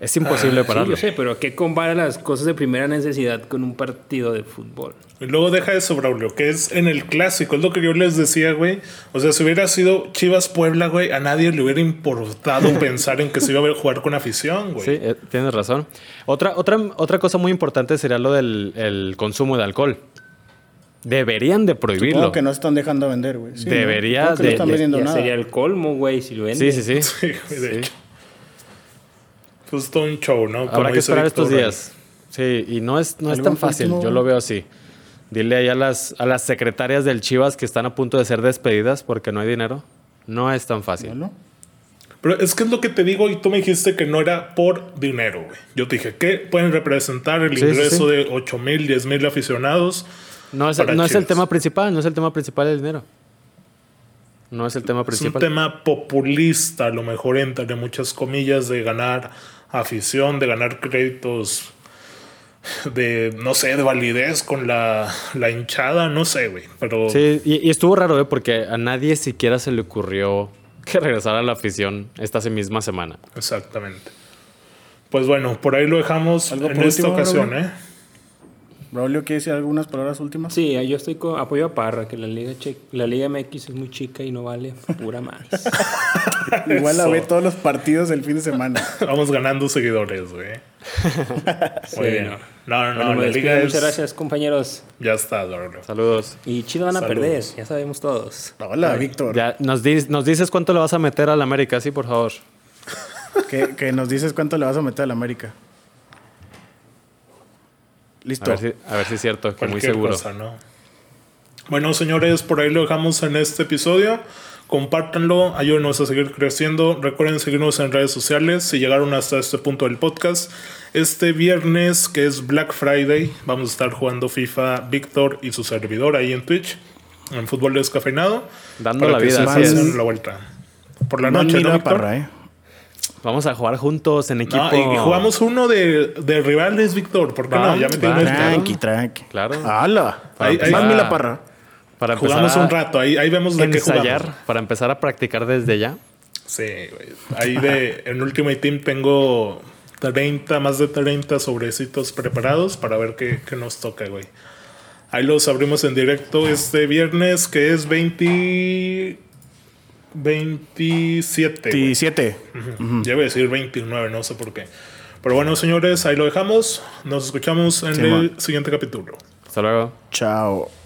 Es imposible Ah, Sí, pararlo. yo sé, pero ¿qué compara las cosas de primera necesidad con un partido de fútbol? Y luego deja eso, Braulio, que es en el clásico, es lo que yo les decía, güey. O sea, si hubiera sido Chivas Puebla, güey, a nadie le hubiera importado pensar en que se iba a jugar con afición, güey. Sí, eh, tienes razón. Otra, otra, otra cosa muy importante sería lo del el consumo de alcohol. Deberían de Supongo prohibirlo. que no están dejando vender, güey. Sí, ¿no? Debería Supongo que de- no están de- vendiendo Ya nada. sería el colmo, güey, si lo venden. Sí, sí, sí. Sí, güey, de Sí. hecho. Pues todo un show, ¿no? Como Habrá que dice esperar Víctor estos Rey. días. Sí, y no es, no es Algo tan fácil, último. yo lo veo así. Dile ahí a las, a las secretarias del Chivas que están a punto de ser despedidas porque no hay dinero. No es tan fácil. ¿No? Pero es que es lo que te digo y tú me dijiste que no era por dinero, güey. Yo te dije que pueden representar el Sí, sí, ingreso sí. de 8 mil, 10 mil aficionados. No, es, Para no es el Chivas. tema principal, no es el tema principal el dinero. No es el tema Es un principal. tema populista, a lo mejor entre muchas comillas, de ganar afición, de ganar créditos de, no sé, de validez con la, la hinchada, no sé, güey. Pero Sí, y, y estuvo raro, ¿eh? porque a nadie siquiera se le ocurrió que regresara a la afición esta misma semana. exactamente. Pues bueno, por ahí lo dejamos ¿Algo en por esta último, ocasión, Raúl? ¿eh? Braulio, ¿quiere decir algunas palabras últimas? Sí, yo estoy con apoyo a Parra, que la Liga, Che- la Liga MX es muy chica y no vale pura más. Igual la Eso. ve todos los partidos del fin de semana. Vamos ganando seguidores, güey. Muy bien. no. No, no, no, Bueno, me la despido. liga Muchas es- gracias, compañeros. Ya está, Dorlo. Saludos. Y Chile van a Saludos. perder, ya sabemos todos. Hola, Víctor. Ya, nos, di- nos dices cuánto le vas a meter al América, sí, por favor. Que, que nos dices cuánto le vas a meter al América. A Listo. ver si, a ver si es cierto, que muy Cualquier seguro. cosa, ¿no? Bueno, señores, por ahí lo dejamos en este episodio. Compártanlo, ayúdenos a seguir creciendo. Recuerden seguirnos en redes sociales si llegaron hasta este punto del podcast. Este viernes, que es Black Friday, vamos a estar jugando FIFA Víctor y su servidor ahí en Twitch, en Fútbol Descafeinado. Dando para la que vida, se así pasen es. la vuelta. Por la No noche, admiro ¿no, a Víctor? Parra, ¿eh? Vamos a jugar juntos en equipo. No, y, y jugamos uno de, de rivales, Víctor. ¿Por qué Va, no? Ya me va, tiene claro. Tranqui, tranqui. Claro. ¡Hala! Para Ah, Ahí- ahí- Mami la Parra. Para empezar Jugamos a un rato, ahí, ahí vemos de qué jugamos. ensayar, para empezar a practicar desde ya. Sí, güey. Ahí de, en Ultimate Team tengo 30, más de 30 sobrecitos preparados para ver qué, qué nos toca, güey. Ahí los abrimos en directo este viernes, que es 20... 27. güey. 17. Ujú. Ya iba a decir 29, no sé por qué. Pero bueno, señores, ahí lo dejamos. Nos escuchamos en Sí, el man. siguiente capítulo. Hasta luego. Chao.